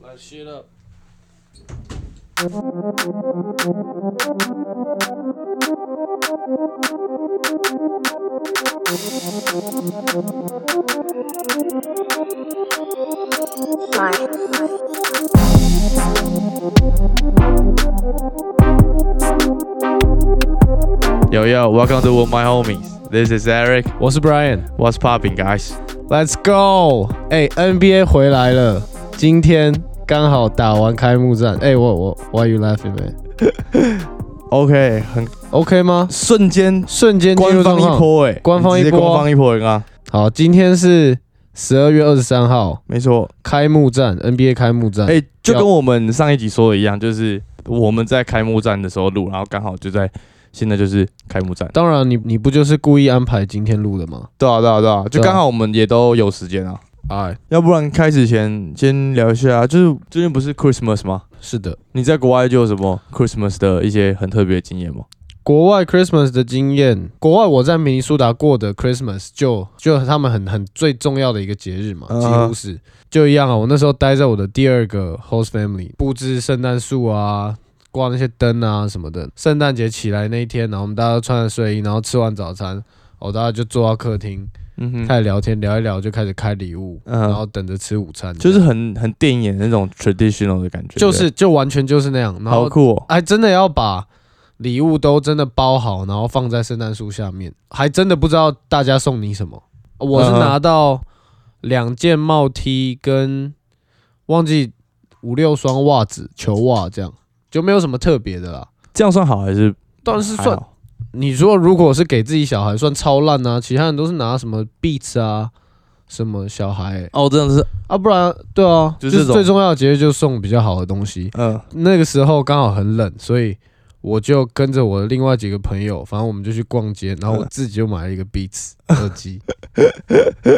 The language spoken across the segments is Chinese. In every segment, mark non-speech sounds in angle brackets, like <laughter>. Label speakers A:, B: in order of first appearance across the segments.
A: 可惜了。
B: Yo yo, welcome to All My Homies. This is Eric.
C: 我是 Brian，Let's
B: What's popping, guys?
C: go！哎、n b a 回来了，今天刚好打完开幕战。哎、我我 Why are you laughing, man？OK、
B: OK，很
C: OK 吗？
B: 瞬间
C: 瞬间进
B: 官
C: 入状
B: 方一
C: 况。
B: 波哎、欸，
C: 官方一
B: 直
C: 波
B: 接官方一波人啊，
C: 好，今天是十二月二十三号
B: 没错。
C: 开幕战，NBA 开幕战。
B: 哎、就跟我们上一集说的一样，就是我们在开幕战的时候录，然后刚好就在现在就是开幕战。
C: 当然你，你不就是故意安排今天录的吗？
B: 对啊，对啊，对啊，就
C: 对啊
B: 刚好我们也都有时间啊。
C: 哎，
B: 要不然开始前先聊一下，啊就是最近不是 Christmas 吗？
C: 是的，
B: 你在国外就有什么 Christmas 的一些很特别的经验吗？
C: 国外 Christmas 的经验，国外我在明尼苏达过的 Christmas 就就他们很很最重要的一个节日嘛，
B: 嗯
C: 几乎是就一样啊。我那时候待在我的第二个 host family，布置圣诞树啊，挂那些灯啊什么的。圣诞节起来那一天，然后我们大家都穿着睡衣，然后吃完早餐，哦，大家就坐到客厅
B: 嗯哼，
C: 开始聊天，聊一聊就开始开礼物，
B: 嗯
C: 然后等着吃午餐，
B: 就是很很电影演的那种 traditional 的感觉，
C: 就是就完全就是那样，然后
B: 好酷哦。
C: 还真的要把礼物都真的包好，然后放在圣诞树下面，还真的不知道大家送你什么。我是
B: 嗯哼
C: 拿到两件帽 T 跟忘记五六双袜子、球袜这样，就没有什么特别的啦。
B: 这样算好还是
C: 但是
B: 还
C: 算
B: 好
C: 你说如果是给自己小孩，算超烂啊，其他人都是拿什么 Beats 啊。什么小孩、
B: 哦，真的是，
C: 啊？不然对啊，
B: 就
C: 就是
B: 这
C: 是
B: 种
C: 最重要的节日就送比较好的东西。
B: 嗯
C: 那个时候刚好很冷，所以我就跟着我的另外几个朋友，反正我们就去逛街，然后我自己就买了一个 Beats 耳
B: <laughs>
C: 机，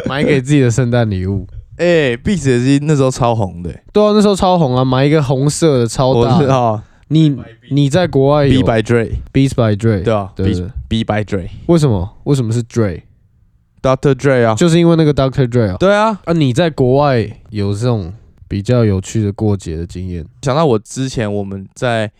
C: 买给自己的圣诞礼物。
B: 哎、b e a t s 也是那时候超红的、
C: 对啊，那时候超红啊，买一个红色的超
B: 我知
C: 大。
B: 道
C: 你你在国外
B: ，B
C: 有
B: by Dre，
C: Beats by Dre，
B: 对啊
C: 对对对
B: ，B by Dre。
C: 为什么？为什么是 Dre？
B: Dr. Dre 啊，
C: 就是因为那个 Doctor Dre 啊。
B: 对啊，
C: 啊，你在国外有这种比较有趣的过节的经验？
B: 想到我之前我们在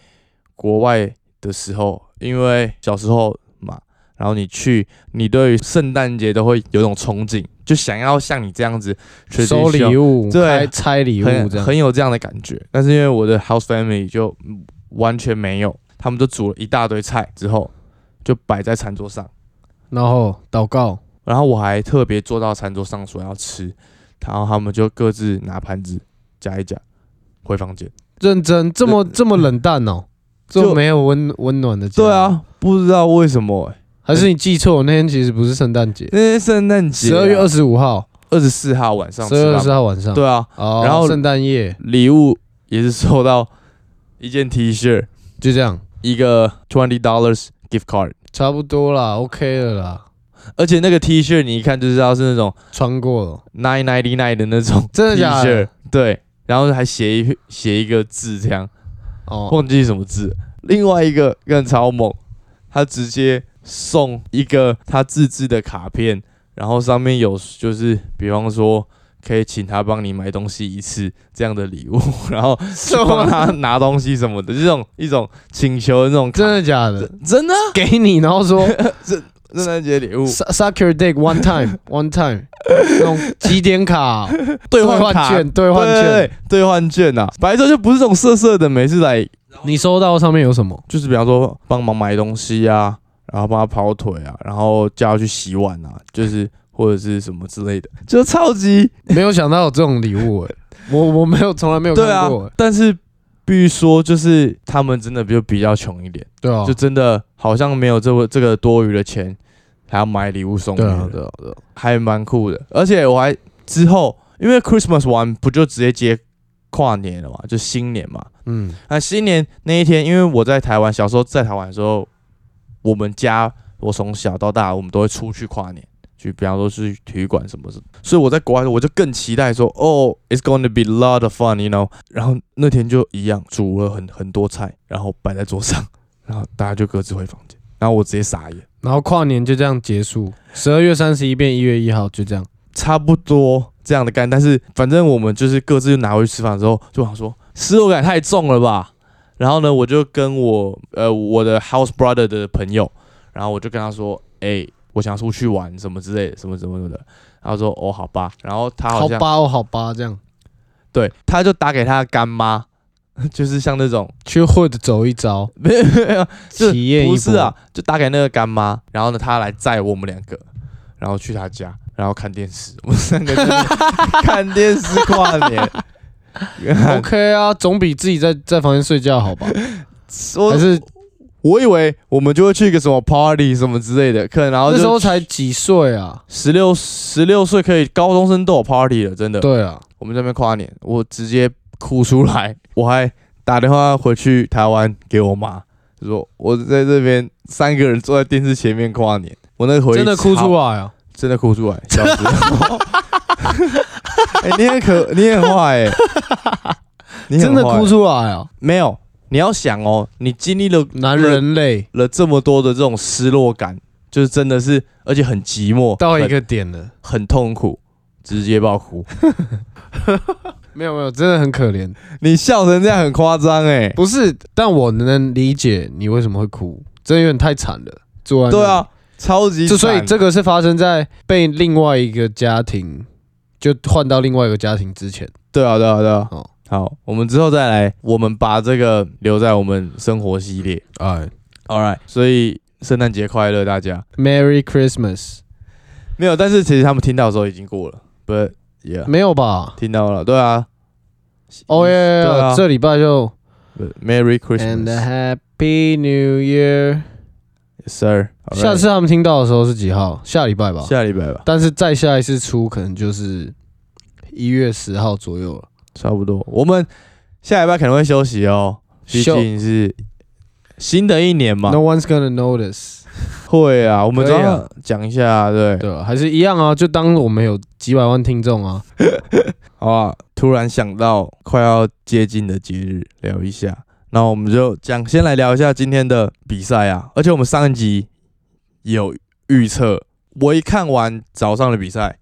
B: 国外的时候，因为小时候嘛，然后你去，你对于圣诞节都会有种憧憬，就想要像你这样子
C: 收
B: traditional
C: 礼物，
B: 对
C: 拆拆礼物这
B: 很
C: 样。
B: 很有这样的感觉。但是因为我的 house family 就嗯完全没有，他们就煮了一大堆菜之后，就摆在餐桌上，
C: 然后祷告，
B: 然后我还特别坐到餐桌上说要吃，然后他们就各自拿盘子夹一夹，回房间。
C: 认真这么这么冷
B: <laughs>
C: 淡哦、
B: 就
C: 就没有温温暖的家。
B: 对，啊，不知道为什么、欸、
C: 还是你记错，那天其实不是圣诞节，
B: 那天圣诞节
C: 十二月二
B: 二
C: 十五号，
B: 二十四号晚上
C: 十二月二
B: 吃
C: 十
B: 到
C: 号晚上。
B: 对啊，
C: 哦，
B: 然后
C: 圣诞夜
B: 礼物也是收到一件 T 恤，
C: 就这样，
B: 一个 twenty dollars gift card，
C: 差不多啦，OK 了啦，
B: 而且那个 T 恤你一看就知道是那种。
C: 穿过了，
B: nine ninety nine 的那种
C: <laughs> 真的
B: T
C: 假
B: 恤
C: 的？，
B: 对，然后还写一写一个字，这样
C: 哦，
B: 忘记什么字。另外一个更超猛，他直接送一个他自制的卡片，然后上面有就是比方说可以请他帮你买东西一次这样的礼物， <laughs> 然后去
C: 什么
B: 帮他拿东西什么的，这种一种请求的那种卡
C: 真的假
B: <laughs>
C: 的？
B: 真的啊啊
C: 给你，然
B: <laughs>
C: 后说
B: 圣诞节礼物
C: suck suck your dick one time one
B: <laughs>
C: time，那种几点卡
B: 兑换
C: 换
B: 卡。
C: 券兑
B: 兑
C: 换券，
B: 兑换券呐、啊，白昼就不是这种色色的，每次来
C: 你收到上面有什么？
B: 就是比方说帮忙买东西啊，然后帮他跑腿啊，然后叫他去洗碗啊，就是或者是什么之类的，就超级
C: 没有想到有这种礼物哎、我我没有从来没有
B: 对啊
C: 看过、欸，。
B: 但是必须说，就是他们真的就比较穷一点，
C: 对啊，
B: 就真的好像没有这个这个多余的钱，还要买礼物送别
C: 对
B: 人，
C: 啊，对啊，对啊，
B: 还蛮酷的。而且我还之后，因为 Christmas 完不就直接接跨年了嘛，就新年嘛，
C: 嗯，
B: 那呃新年那一天，因为我在台湾，小时候在台湾的时候，我们家我从小到大，我们都会出去跨年，去比方说去体育馆什么什么，所以我在国外的时候我就更期待说，哦、i t s going to be lot of fun，you know。然后那天就一样煮了很很多菜，然后摆在桌上，然后大家就各自回房间，然后我直接傻眼，
C: 然后跨年就这样结束，十二月三十一变一月一号，就这样。
B: 差不多这样的干，但是反正我们就是各自就拿回去吃饭之后，就想说失落感太重了吧。然后呢，我就跟我呃我的 house brother 的朋友，然后我就跟他说，哎、我想出去玩什么之类的，什么什么什么的。然后说哦，好吧。然后他好
C: 好
B: 像
C: 吧哦，好吧，这样
B: 对，他就打给他的干妈， <laughs> 就是像那种啊
C: 去 hood 走一遭，
B: 没有没有，就
C: 体验
B: 不
C: 一波
B: 是啊，，就打给那个干妈，然后呢，他来载我们两个，然后去他家，然后看电视， <laughs> 我们三个就是
C: <laughs>
B: 看电视跨年。
C: OK 啊，总比自己在在房间睡觉好吧？
B: <laughs> 我
C: 还是
B: 我以为我们就会去一个什么 party 什么之类的，可能然后
C: 那时候
B: 就
C: 才几岁啊？
B: 十六十六岁可以高中生都有 party 了，真的。
C: 对啊，
B: 我们这边跨年，我直接哭出来，我还打电话回去台湾给我妈，就说我在这边三个人坐在电视前面跨年，我那个回忆
C: 真的哭
B: 超
C: 出来啊！
B: 真的哭出来，笑
C: <laughs>
B: 死！哎、你很可，你很坏哎、
C: <laughs>
B: 你很
C: 真的哭
B: 坏欸
C: 出来啊！
B: 没有？你要想哦，你经历了
C: 男人类
B: 了这么多的这种失落感，就是真的是，而且很寂寞，
C: 到一个点了，
B: 很很痛苦，直接爆
C: <laughs>
B: 哭。
C: 没有没有，真的很可怜。
B: 你笑成这样很夸张哎，
C: 不是，但我能理解你为什么会哭，真的有点太惨了。做
B: <laughs>
C: 完
B: 对，啊，超级
C: 就所以
B: 惨
C: 这个是发生在被另外一个家庭就换到另外一个家庭之前。
B: 对啊对啊对啊。
C: 哦
B: 好，我们之后再来，我们把这个留在我们生活系列。
C: 哎
B: All right，所以圣诞节快乐大家。
C: ，Merry Christmas，
B: 没有，但是其实他们听到的时候已经过了，But yeah，
C: 没有吧？
B: 听到了，对啊。
C: 哦耶
B: 对啊，
C: 这礼拜就
B: But Merry
C: And uh， a
B: Christmas,
C: Happy New Year。
B: yes, sir。
C: 下次他们听到的时候是几号？下礼拜吧。
B: 下礼拜吧，
C: 但是再下一次出可能就是一月十号左右了。
B: 差不多。我们下礼拜可能会休息哦，毕
C: 休
B: 竟是新的一年嘛
C: No。one's gonna notice，
B: 会啊，我们
C: 可
B: 这
C: 以啊
B: 样讲一下，啊对，
C: 对吧？还是一样啊，就当我们有几百万听众啊。
B: 好啊。 <laughs> 突然想到快要接近的节日，聊一下。那我们就讲，先来聊一下今天的比赛啊。而且我们上一集有预测，我一看完早上的比赛，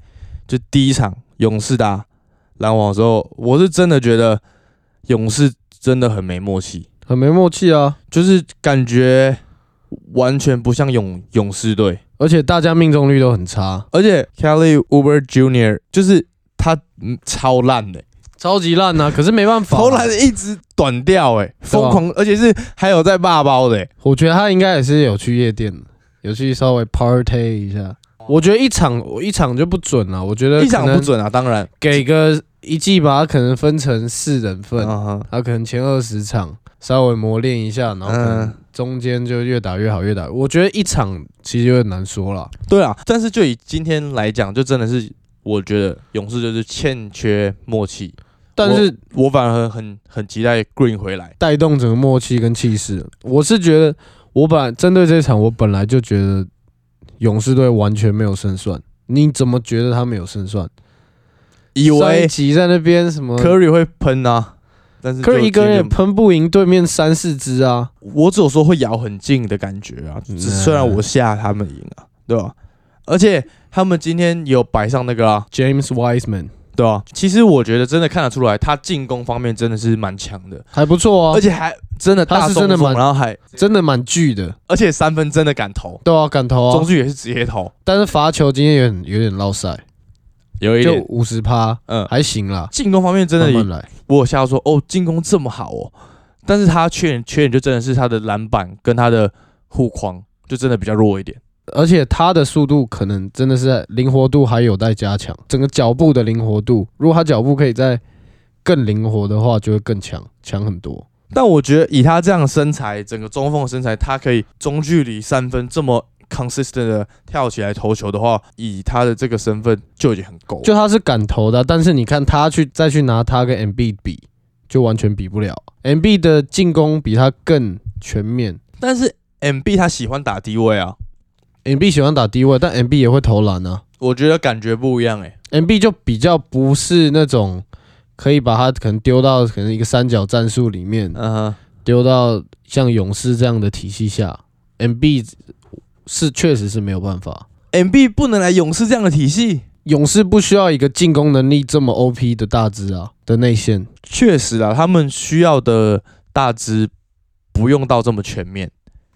B: 就第一场勇士打篮网的时候，我是真的觉得勇士真的很没默契，
C: 很没默契啊，
B: 就是感觉完全不像勇勇士队。
C: 而且大家命中率都很差，
B: 而且 Kelly Uber Junior 就是他嗯超烂的、
C: 超级烂啊。可是没办法啊、
B: 投篮一直短掉
C: 啊
B: 哎、疯狂，而且是还有在骂包的、欸，
C: 我觉得他应该也是有去夜店，有去稍微 party 一下。我觉得一场我一场就不准了，我觉得
B: 一场
C: 可能
B: 不准啊，当然，
C: 给个一季吧，他可能分成四等份，
B: 嗯哼，
C: 他可能前二十场稍微磨练一下，然后可能
B: 嗯
C: 中间就越打越好，越打。我觉得一场其实有点难说了，
B: 对啊，但是就以今天来讲，就真的是我觉得勇士就是欠缺默契，
C: 但是
B: 我反而很很很期待 Green 回来，
C: 带动整个默契跟气势。我是觉得，我本来针对这一场，我本来就觉得勇士队完全没有胜算。你怎么觉得他们有胜算？
B: 以
C: 上一
B: 为
C: 集在那边什么
B: 欸 Curry 会喷啊，但是就
C: 科一个人也
B: 今天
C: 喷不赢对面三四支啊，
B: 我只有说会咬很近的感觉啊，
C: 嗯
B: 只虽然我下他们赢啊，对吧、而且他们今天有摆上那个啊，
C: James Wiseman
B: 对吧、其实我觉得真的看得出来，他进攻方面真的是蛮强的，
C: 还不错
B: 而
C: 啊，
B: 且还真的大
C: 他是
B: 中
C: 真的
B: 锋，
C: 蛮
B: 然后还
C: 真的蛮巨的，
B: 而且三分真的敢投，
C: 对啊，敢投
B: 中
C: 啊，
B: 距也是直接投，
C: 但是罚球今天有点有点落塞，
B: 有一
C: 就
B: 点
C: 五十趴，
B: 嗯，
C: 还行啦，
B: 进攻方面真的
C: 慢
B: 也
C: 慢来，
B: 我有下说哦，进攻这么好哦，但是他缺点缺点就真的是他的篮板跟他的护框就真的比较弱一点。
C: 而且他的速度可能真的是灵活度还有待加强，整个脚步的灵活度，如果他脚步可以再更灵活的话，就会更强，强很多。
B: 但我觉得以他这样的身材，整个中锋的身材，他可以中距离三分这么 consistent 的跳起来投球的话，以他的这个身份就已经很够了。
C: 就他是敢投的，啊但是你看他去再去拿他跟 MB 比，就完全比不了。MB 的进攻比他更全面
B: 但是 M B 他喜欢打低位啊，
C: ，MB 喜欢打低位，但 MB 也会投篮啊。
B: 我觉得感觉不一样欸诶、
C: MB 就比较不是那种可以把他可能丢到可能一个三角战术里面，
B: 嗯哼，
C: 丢到像勇士这样的体系下，MB 是确实是没有办法。
B: m B 不能来勇士这样的体系。
C: 勇士不需要一个进攻能力这么 OP 的大只啊的内线，
B: 确实啊，他们需要的大支不用到这么全面，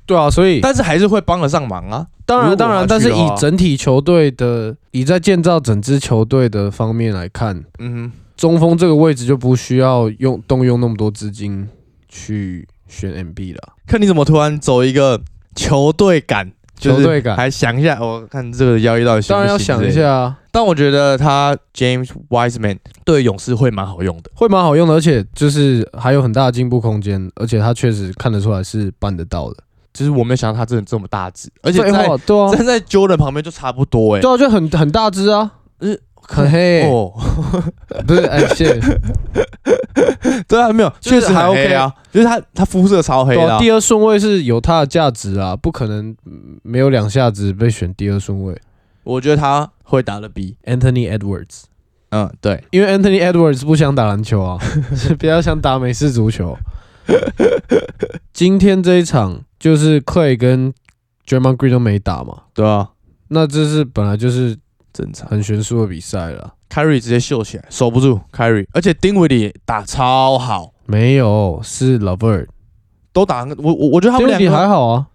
C: 对啊，所以
B: 但是还是会帮得上忙啊。
C: 当然
B: 如果
C: 当然，
B: 他
C: 但是
B: 去的
C: 以
B: 话
C: 整体球队的以在建造整支球队的方面来看，
B: 嗯
C: 中锋这个位置就不需要用动用那么多资金去选 MB 了。
B: 哼，看你怎么突然走一个球队感，就是
C: 球队感
B: 还想一下，我看这个交易到底行不行？
C: 当然要想一，下啊，
B: 但我觉得他 James Wiseman 对勇士会蛮好用的。
C: 会蛮好用的，而且就是还有很大的进步空间，而且他确实看得出来是办得到的。
B: 就是我没有想到他真的这么大只，而且
C: 废
B: 在
C: 话，对啊，
B: 站在 Jordan 旁边就差不多哎、
C: 对啊，就很很大只啊，
B: 呃
C: 很黑、
B: 哦，
C: 不是，哎，
B: <laughs>
C: 谢谢。
B: 对啊，没有，
C: 就是
B: 确实还
C: 很黑
B: OK 啊，就是他他肤色超黑
C: 对
B: 的
C: 啊，
B: 啊、
C: 第二顺位是有它的价值啊，不可能嗯没有两下子被选第二顺位。
B: 我觉得他会打的比
C: Anthony Edwards，
B: 嗯对，
C: 因为 Anthony Edwards 不想打篮
B: <laughs>
C: 球啊，是比较想打美式足球。今天这一场就是 Clay 跟 d r a m o n Green 都没打嘛，
B: 对啊，
C: 那这是本来就是
B: 正常。
C: 很悬殊的比赛了。
B: 凯呃瑞直接秀起来，守不住凯瑞，而且丁威迪打超好，
C: 没有，是 Lover，
B: 都打很我我我觉得他
C: 这
B: 们
C: 个
B: 两
C: 你
B: 个
C: 还好啊。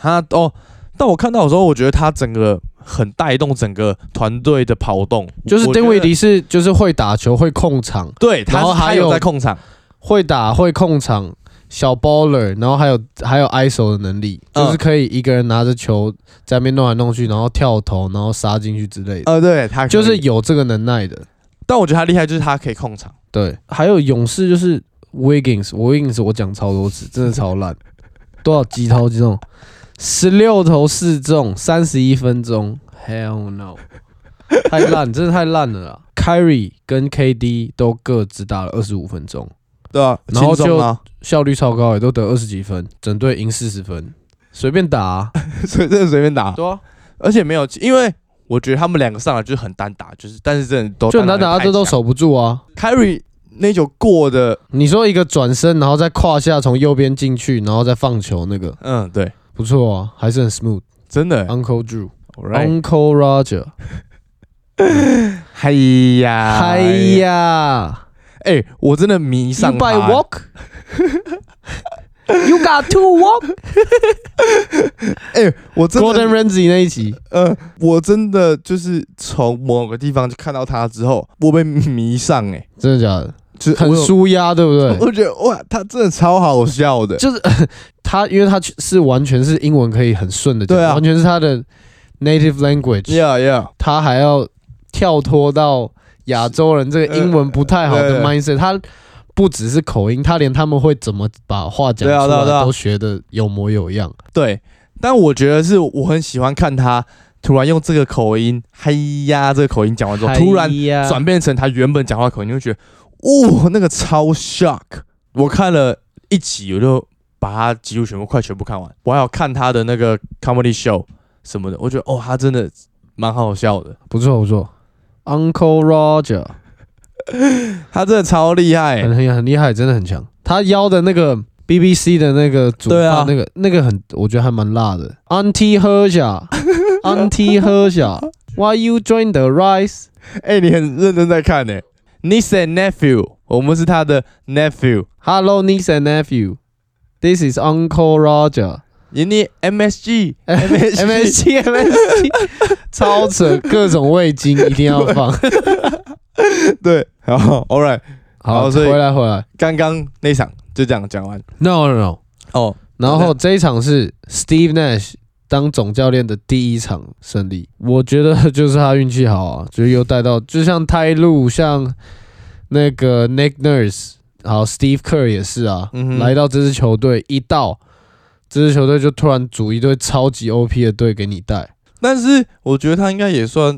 B: 他哦，但我看到的时候，我觉得他整个很带动整个团队的跑动，
C: 就是
B: 我觉得
C: 丁威迪是就是会打球、会控场、
B: 对，
C: 然后
B: 他
C: 还
B: 他有
C: 有
B: 在控场，
C: 会打、会控场，小 baller，然后还有还有 ISO 的能力，
B: 嗯
C: 就是可以一个人拿着球在那边弄来弄去，然后跳投，然后杀进去之类的，
B: 呃，对他可以
C: 就是，有这个能耐的。
B: 但我觉得他厉害就是他可以控场，
C: 对，还有勇士就是 Wiggins，Wiggins 我讲超多次，真的超 <laughs> 烂，多少几投几中，十六投四中，三十一分钟，Hell no，太烂，真的太烂了啦。Kyrie 跟 KD 都各只打了二十五分钟，
B: 对啊，
C: 然后
B: 轻松啊，
C: 效率超高，也都得二十几分，整队赢四十分，随便打、 <laughs> 啊。
B: 随真的随便打，
C: 对啊，
B: 而且没有，因为我觉得他们两个上来就是很单打，就是但是真的都
C: 就很难打，这都守不住啊。
B: 凯瑞那球过的，
C: 你说一个转身，然后再胯下从右边进去，然后再放球，那个
B: 嗯，对，
C: 不错啊，还是很 smooth。
B: 真的
C: Uncle Drew。
B: ，right，
C: Uncle Roger，
B: 嗨哎呀，
C: 嗨，哎呀
B: 哎、我真的迷
C: ，You
B: 上
C: by
B: 他
C: walk，You got to walk。
B: 哎、我真
C: Gordon
B: 的，
C: Ramsay 那一集，
B: 呃，我真的就是从某个地方就看到他之后，我被迷上、哎，
C: 真的假的？
B: 就是
C: 很
B: 我有，
C: 舒压，对不对？
B: 我觉得哇，他真的超好笑的，
C: <laughs> 就是他，因为他是完全是英文可以很顺的讲，
B: 对啊
C: 完全是他的 native language，
B: 呀呀，
C: 他还要跳脱到亚洲人这个英文不太好
B: 呃
C: 的
B: 对
C: mindset，他不只是口音，他连他们会怎么把话讲
B: 对啊
C: 出
B: 对啊对
C: 来
B: 啊
C: 都学的有模有样。
B: 对，但我觉得是我很喜欢看他突然用这个口音，嗨呀，这个口音讲完之后，突然
C: 嗨哎呀
B: 转变成他原本讲话口音，你会觉得，哦，那个超 shock。我看了一集，我就把他几乎全部快全部看完。我还有看他的那个 comedy show 什么的，我觉得哦，他真的蛮好笑的，
C: 不错不错，Uncle Roger
B: 他真的超厉害、
C: 很很很厉害，真的很强。他邀的那个 BBC 的那个主
B: 对啊
C: 那个那个很，我觉得还蛮辣的。Auntie
B: <laughs>
C: Herja，Auntie Herja，Why you join the rice？
B: 哎、你很认真在看呢、Niece and nephew，我们是他的 nephew。
C: Hello, niece and nephew. This is Uncle
B: <laughs>
C: Roger.
B: 你你 MSG
C: MSG MSG，超扯，各种味精一定要
B: <laughs>
C: 放。
B: 对，好，All right，
C: 好，
B: 好所以
C: 回来回来。
B: 刚刚那场就这样讲完
C: No no no。
B: 哦。
C: 然后这一场是 Steve Nash 当总教练的第一场胜利，我觉得就是他运气好啊， <laughs> 就是又带到，就像泰路，像那个 Nick Nurse，好 Steve Kerr 也是啊，
B: 嗯哼
C: 来到这支球队一到，这支球队就突然组一队超级 OP 的队给你带，
B: 但是我觉得他应该也算，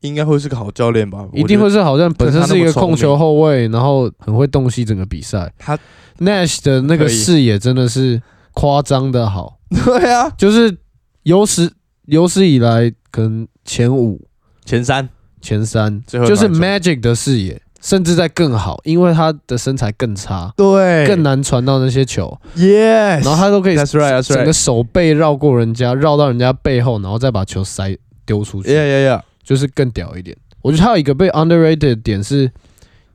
B: 应该会是个好教练吧？
C: 一定会
B: 我觉得。
C: 是好像本身是一个
B: 他那么聪明
C: 控球后卫，然后很会洞悉整个比赛。
B: 他
C: Nash 的那个
B: 可以
C: 视野真的是夸张的好。
B: <laughs> 对啊，
C: 就是有史有史以来可能前五、
B: 前三
C: 前三，
B: 最后
C: 就是
B: 一场
C: Magic 的视野，甚至在更好，因为他的身材更差，
B: 对
C: 更难传到那些球，
B: yes，
C: 然后他都可以
B: 哎 that's right that's
C: 整
B: right
C: 个手背绕过人家，绕到人家背后，然后再把球塞丢出
B: yeah
C: 去，
B: 哎 yeah yeah，
C: 就是更屌一点。我觉得还有一个被 underrated 的点是，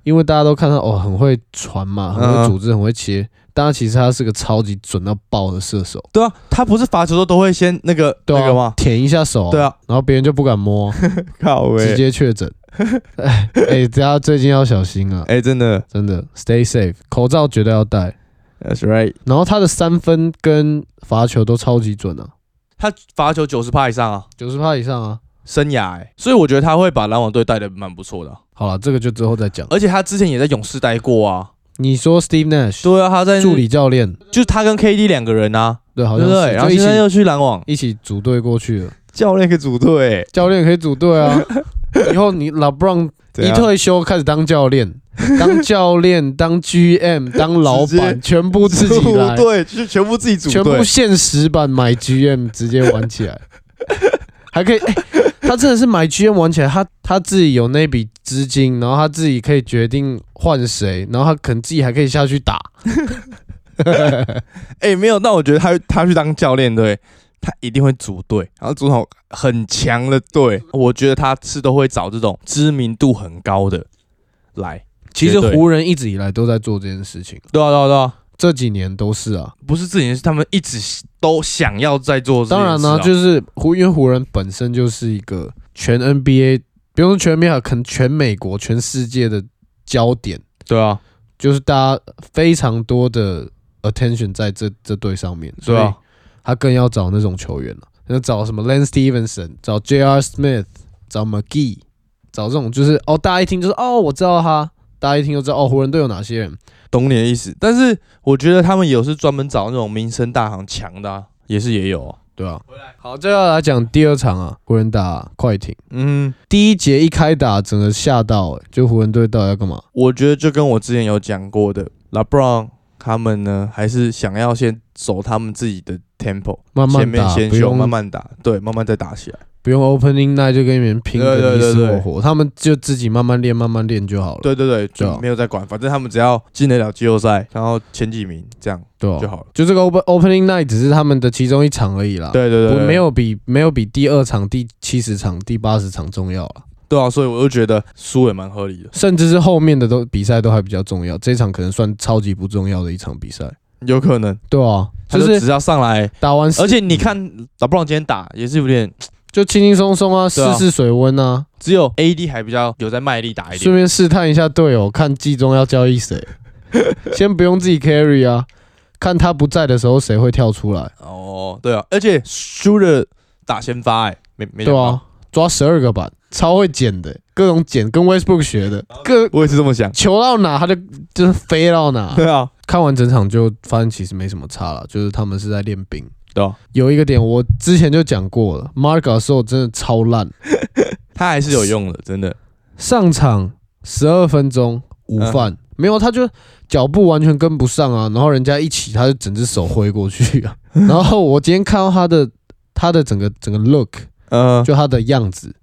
C: 因为大家都看到哦，很会传嘛，很
B: 嗯
C: 会组织，很会切，但他其实他是个超级准到爆的射手，
B: 对啊，他不是罚球的时候都会先那个
C: 对
B: 那个
C: 啊
B: 吗，？
C: 舔一下手，
B: 对，啊，
C: 然后别人就不敢摸，啊
B: 靠
C: 直
B: 喂，
C: 接确诊。 <laughs> 哎哎，大家最近要小心
B: <laughs>
C: 啊！
B: 哎，真的
C: 真的，stay safe，口罩绝对要戴。
B: ，That's right，
C: 然后他的三分跟罚球都超级准啊，
B: 他罚球九十趴以上啊，
C: 九十趴以上啊。
B: 生涯欸，所以我觉得他会把篮网队带的蛮不错的啊，
C: 好了，这个就之后再讲。
B: 而且他之前也在勇士待过啊，
C: 你说 Steve Nash
B: 对啊，他在
C: 助理教练，
B: 就是他跟 KD 两个人啊，
C: 对，好
B: 对
C: 像
B: 不
C: 是
B: 对？然后
C: 就一
B: 现在
C: 起
B: 又去篮网，
C: 一起组队过去了。
B: 教练给组队欸，
C: 教练可以组
B: <laughs>
C: 队啊，以后你 LeBron
B: 怎
C: 一
B: 样
C: 退休开始当教练，当教练、当 GM、当老
B: 直接
C: 板，全部自己
B: <laughs>
C: 来，
B: 对，就是全部自己组
C: 全部限时版买 GM 直接玩起来， <laughs> 还可以、哎他真的是买 GM 玩起来，他他自己有那笔资金，然后他自己可以决定换谁，然后他可能自己还可以下去打。
B: 哎、没有，但我觉得他他去当教练，对，他一定会组队，然后组好很强的队。我觉得他是都会找这种知名度很高的来。
C: 其实
B: 绝对
C: 湖人一直以来都在做这件事情，
B: 对啊，对啊，对啊，
C: 这几年都是啊。
B: 不是自己，是他们一直都想要在做这件
C: 当
B: 事啊、
C: 然呢、就是湖，因为湖人本身就是一个全 NBA，不用说全 NBA，可能全美国、全世界的焦点，
B: 对啊，
C: 就是大家非常多的 attention 在这这队上面，
B: 对
C: 所以
B: 啊，
C: 他更要找那种球员了，要找什么 Len Stevenson，找 J.R. Smith，找 McGee，找这种就是哦，大家一听就是哦，我知道他，大家一听就知道哦，湖人队有哪些人，
B: 懂你的意思。但是我觉得他们有是专门找那种名声大行强的、啊，也是也有、啊。
C: 对啊。好，接下来讲第二场啊，湖人打快艇。
B: 嗯，
C: 第一节一开打，整个吓到、欸，就湖人队到底要干嘛？
B: 我觉得就跟我之前有讲过的，LeBron 他们呢，还是想要先走他们自己的 tempo。
C: 慢
B: 前
C: 慢
B: 面
C: 打，
B: 先
C: 不
B: 修，
C: 用
B: 慢慢打，对，慢慢再打起来。
C: 不用 opening night 就跟别人拼
B: 对
C: 个
B: 对
C: 你
B: 对
C: 死
B: 对
C: 我活，他们就自己慢慢练，慢慢练就好了，
B: 对对对，
C: 对
B: 就
C: 啊
B: 没有再管，反正他们只要进得了季后赛，然后前几名这样
C: 对吧
B: 就？好了。
C: 就这个 open opening night 只是他们的其中一场而已啦，，
B: 对对对，
C: 哦啊不
B: 对
C: 没有比没有比第二场、第七十场、第八十场重要了，
B: 对啊，所以我就觉得输也蛮合理的，
C: 甚至是后面的都比赛都还比较重要，这一场可能算超级不重要的一场比赛，
B: 有可能
C: 对啊，
B: 他
C: 就
B: 就是只要上来，
C: 打完
B: 而且你看老布朗今天打也是有点，
C: 就轻轻松松啊，试
B: 对啊
C: 试水温啊，
B: 只有 AD 还比较有在卖力打一点，
C: 顺便试探一下队友，看季中要交易
B: <laughs>
C: 谁，先不用自己 carry 啊，看他不在的时候谁会跳出来，
B: 哦，对啊，而且输了打先发，哎，没没想
C: 对
B: 到，
C: 啊，抓十二个板，超会捡的，各种捡，跟 Westbrook 学的，各
B: 我也是这么想，
C: 球到哪他就就是飞到哪。
B: 对啊，
C: 看完整场就发现其实没什么差了，就是他们是在练兵。
B: 对啊，
C: 有一个点我之前就讲过了 m a r g a s o 真的超烂，
B: 他还是有用的，真的，
C: 上场十二分钟午饭、没有，他就脚步完全跟不上啊，然后人家一起，他就整只手挥过去啊。然后我今天看到他的他的整个整个 look，
B: <laughs> 嗯，
C: 就他的样子，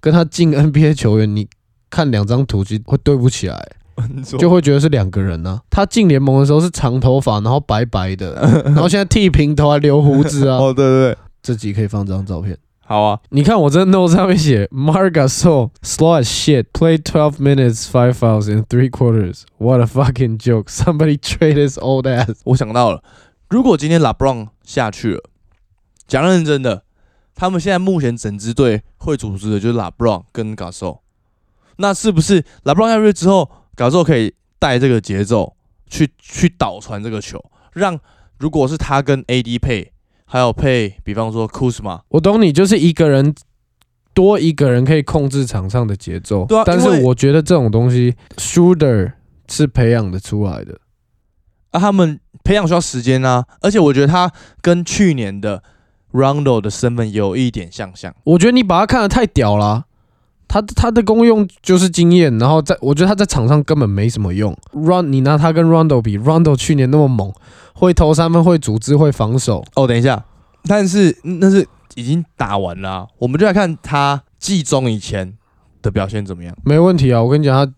C: 跟他进 NBA 球员，你看两张图其实会对不起来，就会觉得是两个人呢、啊。他进联盟的时候是长头发，然后白白的，
B: <laughs>
C: 然后现在剃平头还留胡子啊。
B: 哦，对对对，
C: 这集可以放这张照片。
B: 好啊，
C: 你看，我这 note 上面写 Margasol slow as shit, played twelve minutes, five fouls in three quarters. What a fucking joke! Somebody trade his old ass.
B: 我想到了，如果今天 LeBron 下去了，讲认真的，他们现在目前整支队会组织的就是 LeBron 跟 Gasol，那是不是 LeBron 下去之后，Gasol 可以带这个节奏去去倒传这个球，让如果是他跟 AD 配，还有配比方说 Kuzma，
C: 我懂你，就是一个人多一个人可以控制场上的节奏。
B: 对啊
C: 但是
B: 因为
C: 我觉得这种东西，shooter 是培养的出来的。
B: 啊，他们培养需要时间啊，而且我觉得他跟去年的 Rondo 的身份有一点相像，
C: 我觉得你把他看得太屌啦、他他的功用就是经验，然后在我觉得他在场上根本没什么用。Run，你拿他跟 Rondo 比，Rondo 去年那么猛，会投三分，会组织，会防守。
B: 哦，等一下，但是嗯那是已经打完了啊、我们就来看他季中以前的表现怎么样。
C: 没问题啊，我跟你讲，他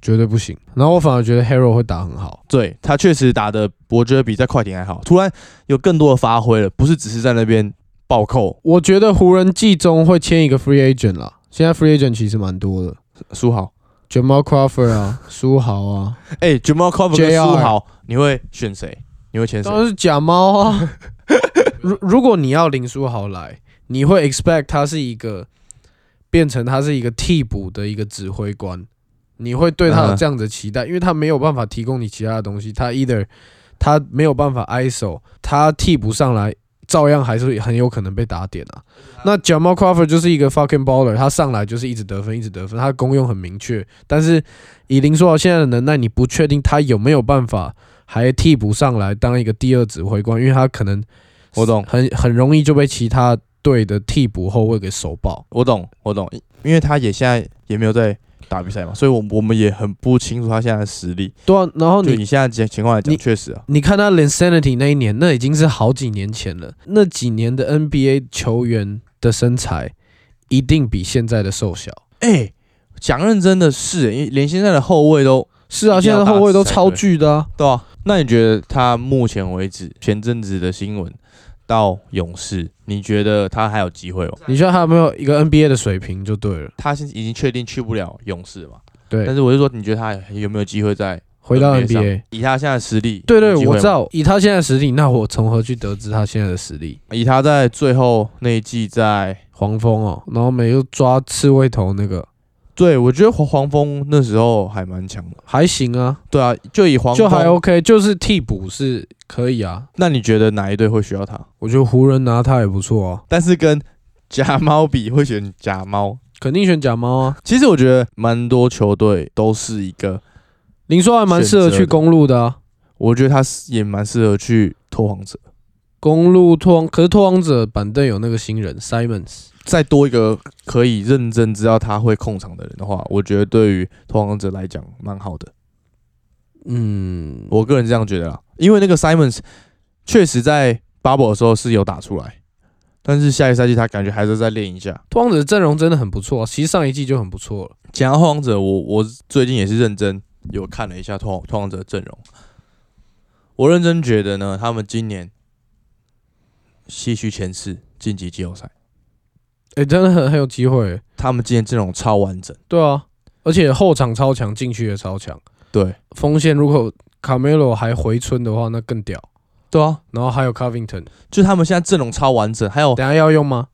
C: 绝对不行。然后我反而觉得 Hero 会打很好，
B: 对他确实打的，我觉得比在快艇还好，突然有更多的发挥了，不是只是在那边暴扣。
C: 我觉得湖人季中会签一个 Free Agent 啦。现在 Free Agent 其实蛮多的，
B: 苏豪，
C: Jamal Crawford 啊， <laughs> 苏豪啊，
B: 哎、j a m a l Crawford 跟
C: JR
B: 苏豪，你会选谁？你会签谁
C: 当？然是假猫啊。如如果你要林书豪来，你会 expect 他是一个变成他是一个替补的一个指挥官，你会对他
B: 嗯
C: 有
B: 哼
C: 这样的期待，因为他没有办法提供你其他的东西，他 either 他没有办法 iso，他替补上来。照样还是很有可能被打点啊。那 Jamal Crawford 就是一个 fucking baller，他上来就是一直得分，一直得分，他的功用很明确。但是以林书豪现在的能耐，你不确定他有没有办法还替补上来当一个第二指挥官，因为他可能
B: 我懂，
C: 很很容易就被其他队的替补后卫给手爆。
B: 我懂，我懂，因为他也现在也没有在打比赛嘛，所以我我们也很不清楚他现在的实力。
C: 对啊，然后
B: 就
C: 你
B: 以现在情情况来讲
C: 你，
B: 确实啊，
C: 你看他连 Sanity 那一年，那已经是好几年前了，那几年的 NBA 球员的身材一定比现在的瘦小。
B: 哎、讲认真的是、因为连现在的后卫都
C: 是啊，
B: 一定
C: 现
B: 要
C: 在的
B: 打
C: 后卫都
B: 死才
C: 超
B: 对
C: 巨的啊。
B: 对啊。那你觉得他目前为止前阵子的新闻到勇士，你觉得他还有机会吗？
C: 你觉得他有没有一个 NBA 的水平就对了。
B: 他现在已经确定去不了勇士嘛？但
C: 对，
B: 是我就说，你觉得他有没有机会在
C: 回到
B: NBA 上
C: NBA。
B: 以他现在的实力？
C: 对
B: 有
C: 对，
B: 机会吗
C: 我知。道。以他现在的实力，那我从何去得知他现在的实力？
B: 以他在最后那一季在，
C: 黄蜂哦，然后没又抓刺猬头那个，
B: 对我觉得黄黄蜂那时候还蛮强的。
C: 还行啊，
B: 对啊，就以黄蜂
C: 就还 OK，就是替补是可以啊。
B: 那你觉得哪一队会需要他？
C: 我觉得湖人拿他也不错啊，
B: 但是跟假猫比，会选假猫。
C: 肯定选假猫啊。
B: 其实我觉得蛮多球队都是一个，
C: 林书豪还蛮适合
B: 选择
C: 去
B: 的
C: 公路的啊，
B: 我觉得他是也蛮适合去拓荒者，
C: 公路拓荒，可是拓荒者板凳有那个新人 Simons，
B: 再多一个可以认真知道他会控场的人的话，我觉得对于拓荒者来讲蛮好的。
C: 嗯，
B: 我个人这样觉得啦，因为那个 Simons 确实在 Bubble 的时候是有打出来，但是下一赛季他感觉还是在练一下。
C: 拓荒者的阵容真的很不错、啊，其实上一季就很不错了。
B: 讲到拓荒者，我我最近也是认真有看了一下拓荒拓荒者的阵容，我认真觉得呢，他们今年西区前四晋级季后赛，
C: 哎、真的很很有机会欸、
B: 他们今年阵容超完整，
C: 对啊，而且后场超强，禁区也超强，
B: 对
C: 锋线如果卡梅罗还回春的话，那更屌。
B: 对啊，
C: 然后还有 Covington，
B: 就他们现在阵容超完整，还有
C: 等一下要用吗？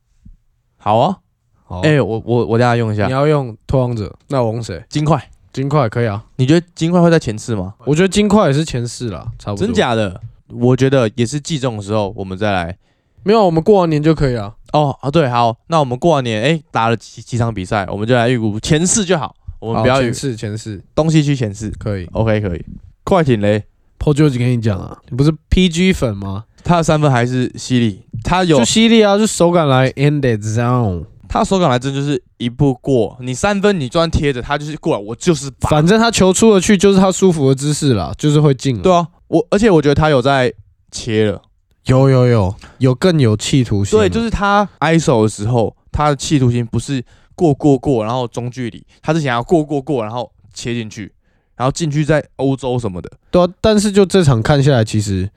B: 好啊，
C: <laughs> 好啊
B: 哎、我我我等一下用一下
C: 你要用拓荒者，那我用谁？
B: 金块，
C: 金块可以啊，
B: 你觉得金块会在前四吗？
C: 我觉得金块也是前四啦，差不多。
B: 真？假的？我觉得也是季中的时候我们再来
C: 没有，我们过完年就可以了。
B: 哦啊对，好，那我们过完年哎、打了几几场比赛，我们就来预估前四就好，我们不要
C: 好
B: 预
C: 前四，前四
B: 东西区前四。
C: 可以。
B: OK，可以。快艇嘞，
C: Paul George 跟你讲啊，你不是 PG 粉吗？
B: 他的三分还是犀利，他有
C: 就犀利啊，就手感来 end it zone，
B: 他手感来真就是一步过，你三分你专贴着他就是过来，我就是把。
C: 反正他球出得去就是他舒服的姿势啦，就是会进了。
B: 对啊，我而且我觉得他有在切了，
C: 有有有有更有企图心了。
B: 对，就是他 ISO 的时候，他的企图心不是过过过，然后中距离，他是想要过过过，然后切进去，然后进去在欧洲什么的，
C: 对、啊，但是就这场看下来，其实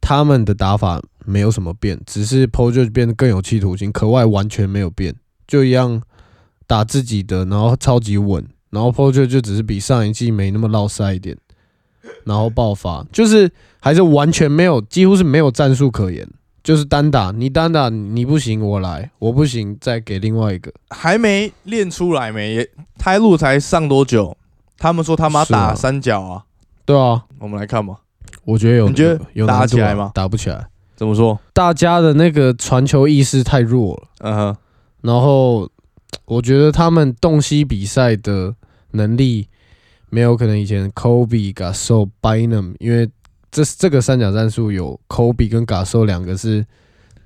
C: 他们的打法没有什么变，只是 PO 就变得更有企图心，可外完全没有变，就一样打自己的，然后超级稳，然后 PO 就就只是比上一季没那么落塞一点，然后爆发，就是还是完全没有，几乎是没有战术可言。就是单打，你单打你不行，我来，我不行再给另外一个。
B: 还没练出来没？也开路才上多久？他们说他妈
C: 是啊
B: 打三角啊，
C: 对啊，
B: 我们来看吧，
C: 我觉得有
B: 你觉得
C: 有有
B: 打
C: 难度
B: 起来
C: 啊
B: 吗
C: 打不起来，
B: 怎么说？
C: 大家的那个传球意识太弱了。
B: 嗯哼。
C: 然后我觉得他们洞悉比赛的能力没有可能以前 Kobe、Gasol、Bynum，因为这这个三角战术有 Kobe 跟 Gasol 两个是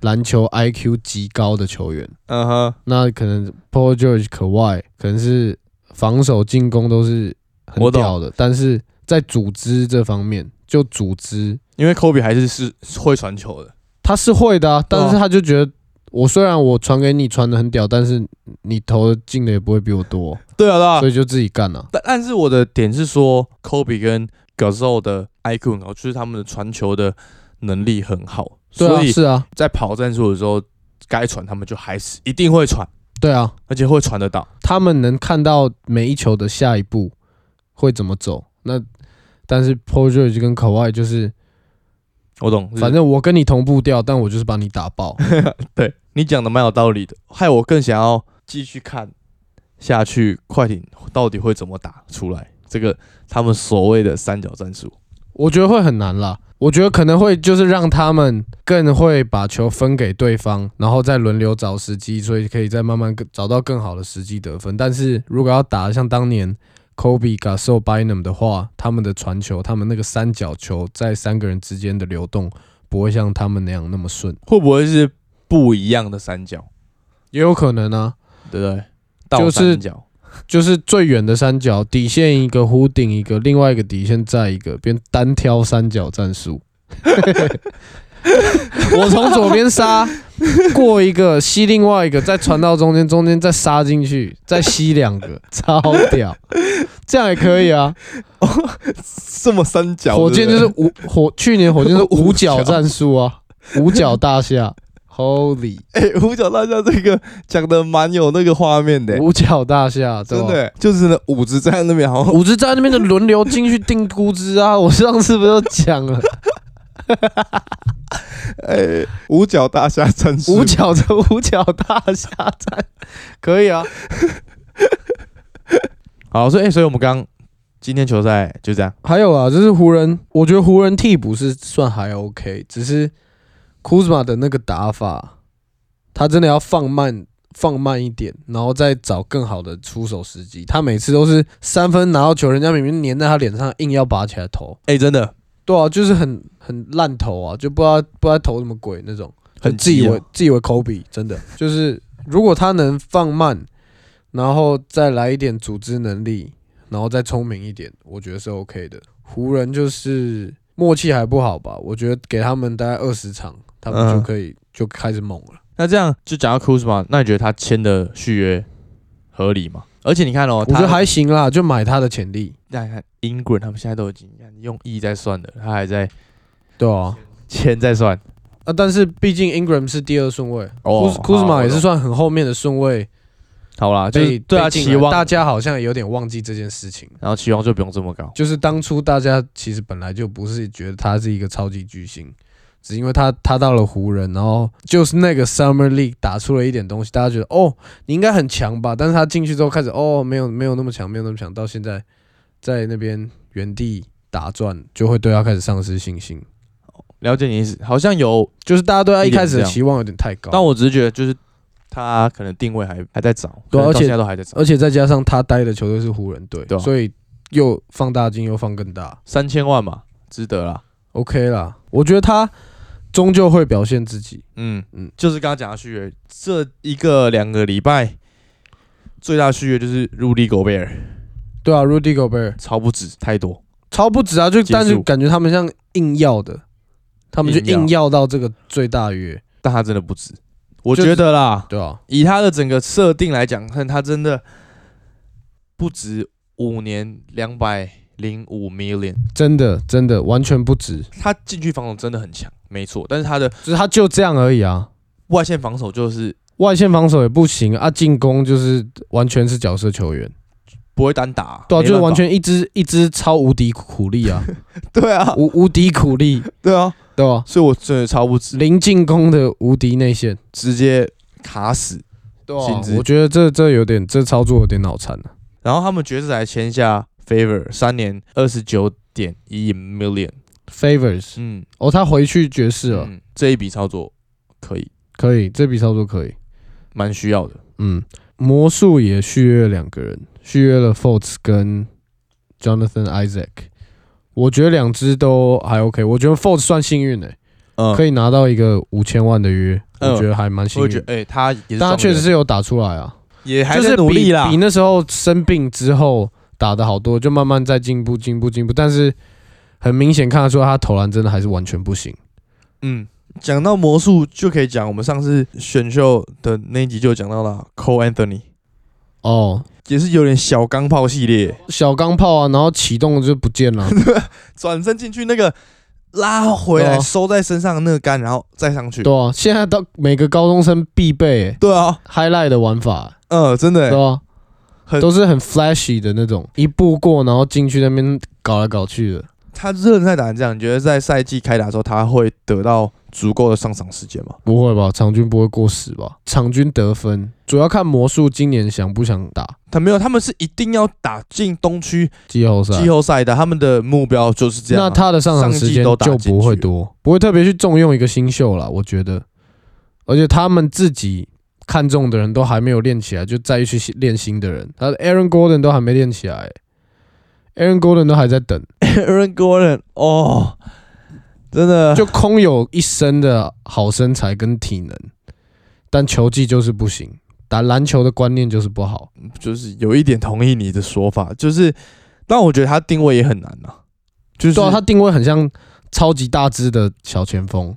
C: 篮球 IQ 极高的球员，
B: 嗯哼，
C: 那可能 Paul George、可外可能是防守进攻都是很
B: 我懂
C: 屌的，但是在组织这方面，就组织
B: 因为科比还是是是会传球的，
C: 他是会的、啊，
B: 对啊
C: 但是他就觉得。我虽然我传给你传的很屌，但是你投的进的也不会比我多。
B: 对啊对啊
C: 所以就自己干了、
B: 但但是我的点是说，科比跟 g a z o 的 IQ 很高，就是他们的传球的能力很好，
C: 对
B: 所
C: 啊，
B: 以
C: 是啊，
B: 在跑战术的时候，该传他们就还是一定会传。
C: 对啊，
B: 而且会传得到。
C: 他们能看到每一球的下一步会怎么走。那但是 p o r g e 跟 k a w i 就是，
B: 我懂，
C: 反正我跟你同步掉，但我就是把你打爆。
B: 对你讲的蛮有道理的，害我更想要继续看下去，快艇到底会怎么打出来这个他们所谓的三角战术。
C: 我觉得会很难啦。我觉得可能会就是让他们更会把球分给对方，然后再轮流找时机，所以可以再慢慢更找到更好的时机得分。但是如果要打得像当年 Kobe、Gasol、Bynum 的话，他们的传球，他们那个三角球在三个人之间的流动，不会像他们那样那么顺。
B: 会不会是不一样的三角，
C: 也有可能啊，
B: 对不对？倒
C: 就是
B: 三角，
C: 就是最远的三角底线一个，弧顶一个，另外一个底线再一个，变单挑三角战术。 <laughs> 我从左边杀过一个，吸另外一个，再传到中间，中间再杀进去，再吸两个，超屌！这样也可以啊。
B: 这么三角
C: 火箭就是五火，去年火箭是五
B: 五角
C: 角战术啊，五角大厦，Holy
B: 哎、诶五角大厦这个讲的蛮有那个画面的、
C: 五角大厦，对
B: 真
C: 吧
B: 的、？就是那五只在那边，好像
C: 五只在那边的轮流进去定估值啊，我上次不是都讲了。
B: 哎、五角大厦战术，
C: 五角的五角大厦站，可以啊。
B: 好，所以、诶所以我们刚今天球赛就这样，
C: 还有啊，就是湖人，我觉得湖人替补是算还 OK，只是库兹马的那个打法，他真的要放慢放慢一点，然后再找更好的出手时机。他每次都是三分拿到球，人家明明粘在他脸上，硬要拔起来投。
B: 哎、真的
C: 对啊，就是很很烂投啊，就不知道不知道投什么鬼那种。
B: 很
C: 自以
B: 急啊
C: 为自以为科比
B: <laughs>
C: 真的就是，如果他能放慢，然后再来一点组织能力，然后再聪明一点，我觉得是 OK 的。湖人就是默契还不好吧？我觉得给他们大概二十场，他们
B: 嗯啊
C: 就可以、就开始猛了。
B: 那这样就讲到 Kuzma，那你觉得他签的续约合理吗？而且你看哦，
C: 我觉得
B: 他
C: 还行啦，就买他的潜力，
B: 那你看 Ingram 他们现在都已经用亿在算了，他还在
C: 对啊。
B: 签在算。
C: 啊，但是毕竟 Ingram 是第二顺位
B: 哦
C: 库兹库兹
B: 好
C: 马也
B: 我
C: 是
B: 懂
C: 算很后面的顺位，
B: 好啦，就是
C: 被
B: 对他
C: 被进来
B: 期望，
C: 大家好像也有点忘记这件事情。
B: 然后期望就不用这么高。
C: 就是当初大家其实本来就不是觉得他是一个超级巨星，只因为他他到了湖人，然后就是那个 Summer League 打出了一点东西，大家觉得哦你应该很强吧，但是他进去之后开始哦没有没有那么强，没有那么强，到现在在那边原地打转，就会对他开始丧失信心，
B: 了解你意思，好像有，
C: 就是大家对他一开始
B: 有点这
C: 的
B: 样
C: 期望有点太高，
B: 但我只是觉得就是他可能定位还还在找，
C: 对啊
B: 可能到
C: 而且
B: 现在都还在找，
C: 而且再加上他待的球队是湖人队，
B: 对啊
C: 所以又放大镜又放更大
B: 三千万嘛，值得啦。
C: ，OK 啦，我觉得他终究会表现自己。
B: 嗯嗯
C: 嗯，
B: 就是刚刚讲的续约，这一个两个礼拜最大的续约就是入利狗贝尔，
C: 对啊，Rudy Gobert
B: 超不止，太多。
C: 超不值啊！就
B: 结束
C: 但是感觉他们像硬要的，他们就
B: 硬要
C: 硬要到这个最大约，
B: 但他真的不值。我
C: 就是
B: 觉得啦，
C: 对啊，
B: 以他的整个设定来讲，看他真的不值五年两百零五 million。
C: 真的真的完全不值，
B: 他禁区防守真的很强，没错，但是他的
C: 就是他就这样而已啊。
B: 外线防守就是
C: 外线防守也不行啊，进攻就是完全是角色球员，
B: 不会单打，
C: 对啊，
B: 没
C: 就
B: 办
C: 是
B: 法
C: 完全一支一支超无敌苦
B: <laughs>
C: 力啊，
B: 对啊，
C: 无无敌苦力，
B: 对啊，
C: 对吧？
B: 所以我真的超不值，
C: 零进攻的无敌内线，
B: 直接卡死。
C: 对啊
B: 薪资
C: 我觉得这这有点这操作有点脑残啊了，
B: 然后他们决赛还签下 Favor 三年二十九点一 million，
C: Favors
B: 嗯，
C: 哦，他回去爵士了，
B: 嗯这一笔操作可以，
C: 可以，这笔操作可以。
B: 蛮需要的。
C: 嗯，魔术也续约了两个人，续约了 Fultz 跟 Jonathan Isaac。我觉得两支都还 OK，我觉得 Fultz 算幸运的、
B: 嗯，
C: 可以拿到一个五千万的约，
B: 嗯
C: 我觉得还蛮幸
B: 我
C: 运
B: 也觉
C: 的。
B: 得，哎、他也是
C: 但他
B: 状元
C: 确实是有打出来啊，
B: 也还
C: 就
B: 在
C: 是
B: 努力
C: 比
B: 啦
C: 比。那时候生病之后打的好多，就慢慢在进步、进步、进步。但是很明显看得出他投篮真的还是完全不行。
B: 嗯，讲到魔术就可以讲我们上次选秀的那一集就讲到了 Cole Anthony，
C: 哦，
B: 也是有点小钢炮系列， <laughs>
C: 小钢炮啊，然后启动了就不见了，
B: 转身进去那个拉回来
C: 对啊
B: 收在身上的那个杆，然后再上去。
C: 对啊，现在到每个高中生必备、欸、
B: 对啊，
C: highlight 的玩法、
B: 嗯，真的
C: 欸，
B: 欸
C: 对吧、
B: 很
C: 都是很 flashy 的那种，一步过然后进去那边搞来搞去的。
B: 他热身赛打成这样，你觉得在赛季开打的时候，他会得到足够的上场时间吗？
C: 不会吧？场均不会过十吧？场均得分主要看魔术今年想不想打
B: 他没有，他们是一定要打进东区
C: 季后赛
B: 季。后赛的，他们的目标就是这样啊、
C: 那他的上场时间就不会多，不会特别去重用一个新秀啦，我觉得。而且他们自己看中的人都还没有练起来，就再去练新的人。他的 Aaron Gordon 都还没练起来、Aaron Gordon 都还在等，
B: <laughs> Aaron Gordon 哦，真
C: <laughs>
B: 的
C: 就空有一身的好身材跟体能，但球技就是不行。打篮球的观念就是不好，
B: 就是有一点同意你的说法，就是，但我觉得他定位也很难呐、就是
C: 对啊，他定位很像超级大只的小前锋，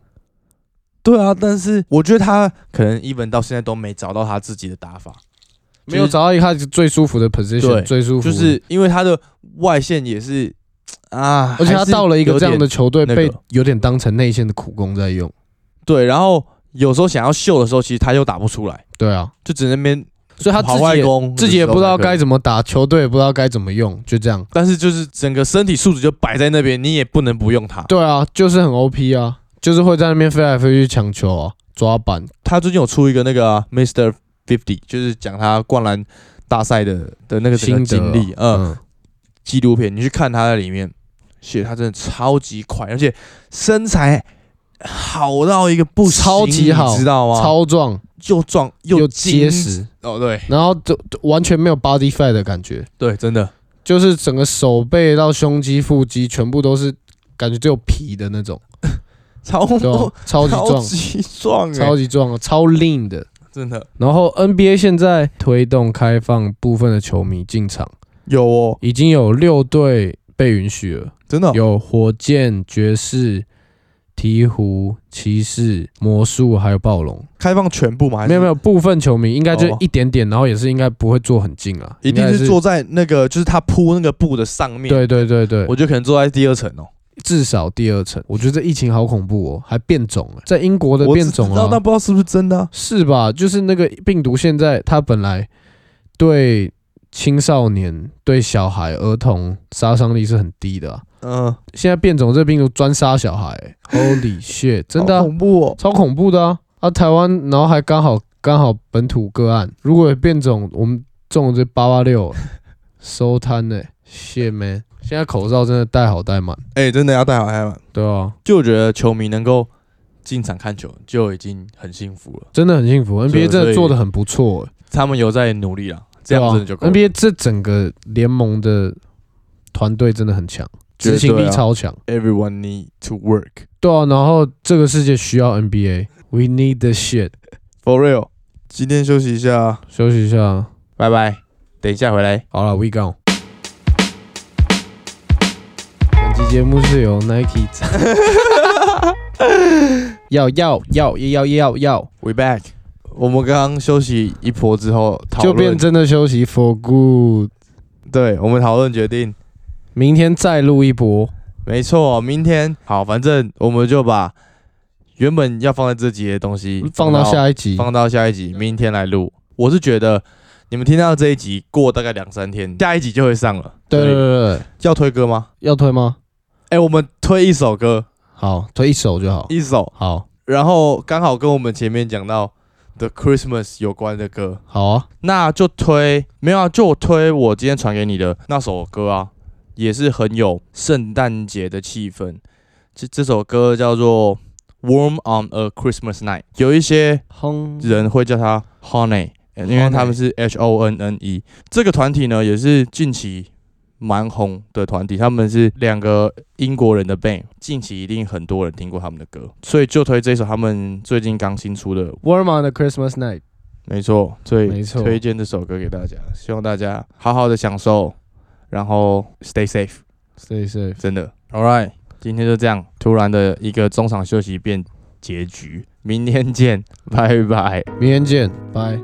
B: 对啊，但是我觉得他可能 even 到现在都没找到他自己的打法，就是
C: 没有找到一开始最舒服的 position，
B: 对
C: 最舒服
B: 就
C: 的
B: 是因为他的外线也是啊，
C: 而且他
B: 还是
C: 到了一个
B: 有
C: 这样
B: 点
C: 的球队，
B: 那个
C: 被有点当成内线的苦工在用。
B: 对，然后有时候想要秀的时候，其实他又打不出来，
C: 对啊，
B: 就只能那边
C: 所以他自
B: 跑
C: 己
B: 外
C: 也
B: 攻，
C: 自己也不知道该，怎么打，球队也不知道该怎么用，就这样。
B: 但是就是整个身体素质就摆在那边，你也不能不用他。
C: 对啊，就是很 OP 啊，就是会在那边飞来飞去抢球啊，抓板。
B: 他最近有出一个那个啊 Mr. Fifty，就是讲他灌篮大赛的的那个整个
C: 心得
B: 经
C: 啊
B: 历，嗯，
C: 嗯，
B: 纪录片，你去看他在里面，写他真的超级快，而且身材好到一个不行
C: 超级好
B: 你知道吗？
C: 超壮
B: 又壮
C: 又
B: 结
C: 结
B: 实，
C: 实，
B: 哦，对
C: 然后就就完全没有 body fat 的感觉，
B: 对，真的，
C: 就是整个手背到胸肌、腹肌全部都是感觉只有皮的那种，
B: 超
C: 对吧、超级
B: 哦 <laughs> 超
C: 壮，
B: 级欸壮，
C: 超
B: 级
C: 级壮，超 lean 的。
B: 真的
C: 然后 NBA 现在推动开放部分的球迷进场，
B: 有哦，
C: 已经有六队被允许了，
B: 真的哦
C: 有火箭、爵士、鹈鹕、骑士、魔术还有暴龙。
B: 开放全部吗？还是
C: 没有没有，部分球迷应该就
B: 哦
C: 一点点，然后也是应该不会坐很近啊，
B: 一定
C: 应该
B: 是坐在那个就是他铺那个布的上面，，
C: 对对对对，
B: 我觉得可能坐在第二层哦。
C: 至少第二层。我觉得这疫情好恐怖哦，还变种了，在英国的
B: 我
C: 变
B: 只
C: 种
B: 知道
C: 啊，
B: 但不知道是不是真的啊。
C: 是吧？就是那个病毒，现在它本来对青少年、对小孩、儿童杀伤力是很低的啊、
B: 嗯，
C: 现在变种这病毒专杀小孩、Holy 欸 shit！真的啊、
B: 好恐怖哦。
C: 超恐怖的啊！啊，台湾，然后还刚好刚好本土个案，如果有变种，我们中了这八八六，收摊呢、谢 man，现在口罩真的戴好戴满，
B: 哎，真的要戴好黑板。
C: 对啊，
B: 就我觉得球迷能够进场看球就已经很幸福了，
C: 真的很幸福
B: 啊所以
C: ，NBA 真的做的很不错、
B: 他们有在努力了，这
C: 对
B: 样
C: 啊
B: 真的就够了。
C: NBA 这整个联盟的团队真的很强，
B: 绝对
C: 执
B: 啊
C: 行力超强。
B: Everyone need to work
C: 对啊，然后这个世界需要 NBA，We need the shit。
B: for real。今天休息一下，
C: 休息一下，
B: 拜拜。等一下回来。
C: 好了，We go。本期节目是由 Nike
B: <laughs>
C: 赞要要要要要要，
B: We back。我们刚刚休息一波之后，讨
C: 就
B: 论
C: 变真的休息 for good。
B: 对，我们讨论决定，
C: 明天再录一波，
B: 没错，明天好，反正我们就把原本要放在这集的东西
C: 放到下一集。
B: 放到下一集，明天来录。我是觉得你们听到这一集过大概两三天，下一集就会上了。
C: 对
B: 所
C: 对
B: 以，
C: 对对，
B: 要推歌吗？
C: 要推吗？
B: 哎、我们推一首歌，
C: 好，推一首就好。
B: 一首，
C: 好，
B: 然后刚好跟我们前面讲到的 Christmas 有关的歌，
C: 好啊，
B: 那就推没有啊，就我推我今天传给你的那首歌啊，也是很有圣诞节的气氛。这这首歌叫做《Warm on a Christmas Night》，有一些
C: 哼
B: 人会叫它 Honey，呃因为他们是 H O N N E。这个团体呢，也是近期蛮红的团体，他们是两个英国人的 band，近期一定很多人听过他们的歌，所以就推这首他们最近刚新出的
C: Warm on the Christmas night。
B: 没错，所以
C: 没错
B: 推荐这首歌给大家，希望大家好好的享受，然后 stay safe，
C: Stay safe。
B: 真的。All right，今天就这样，突然的一个中场休息变结局，明天见，拜拜。
C: 明天见，拜。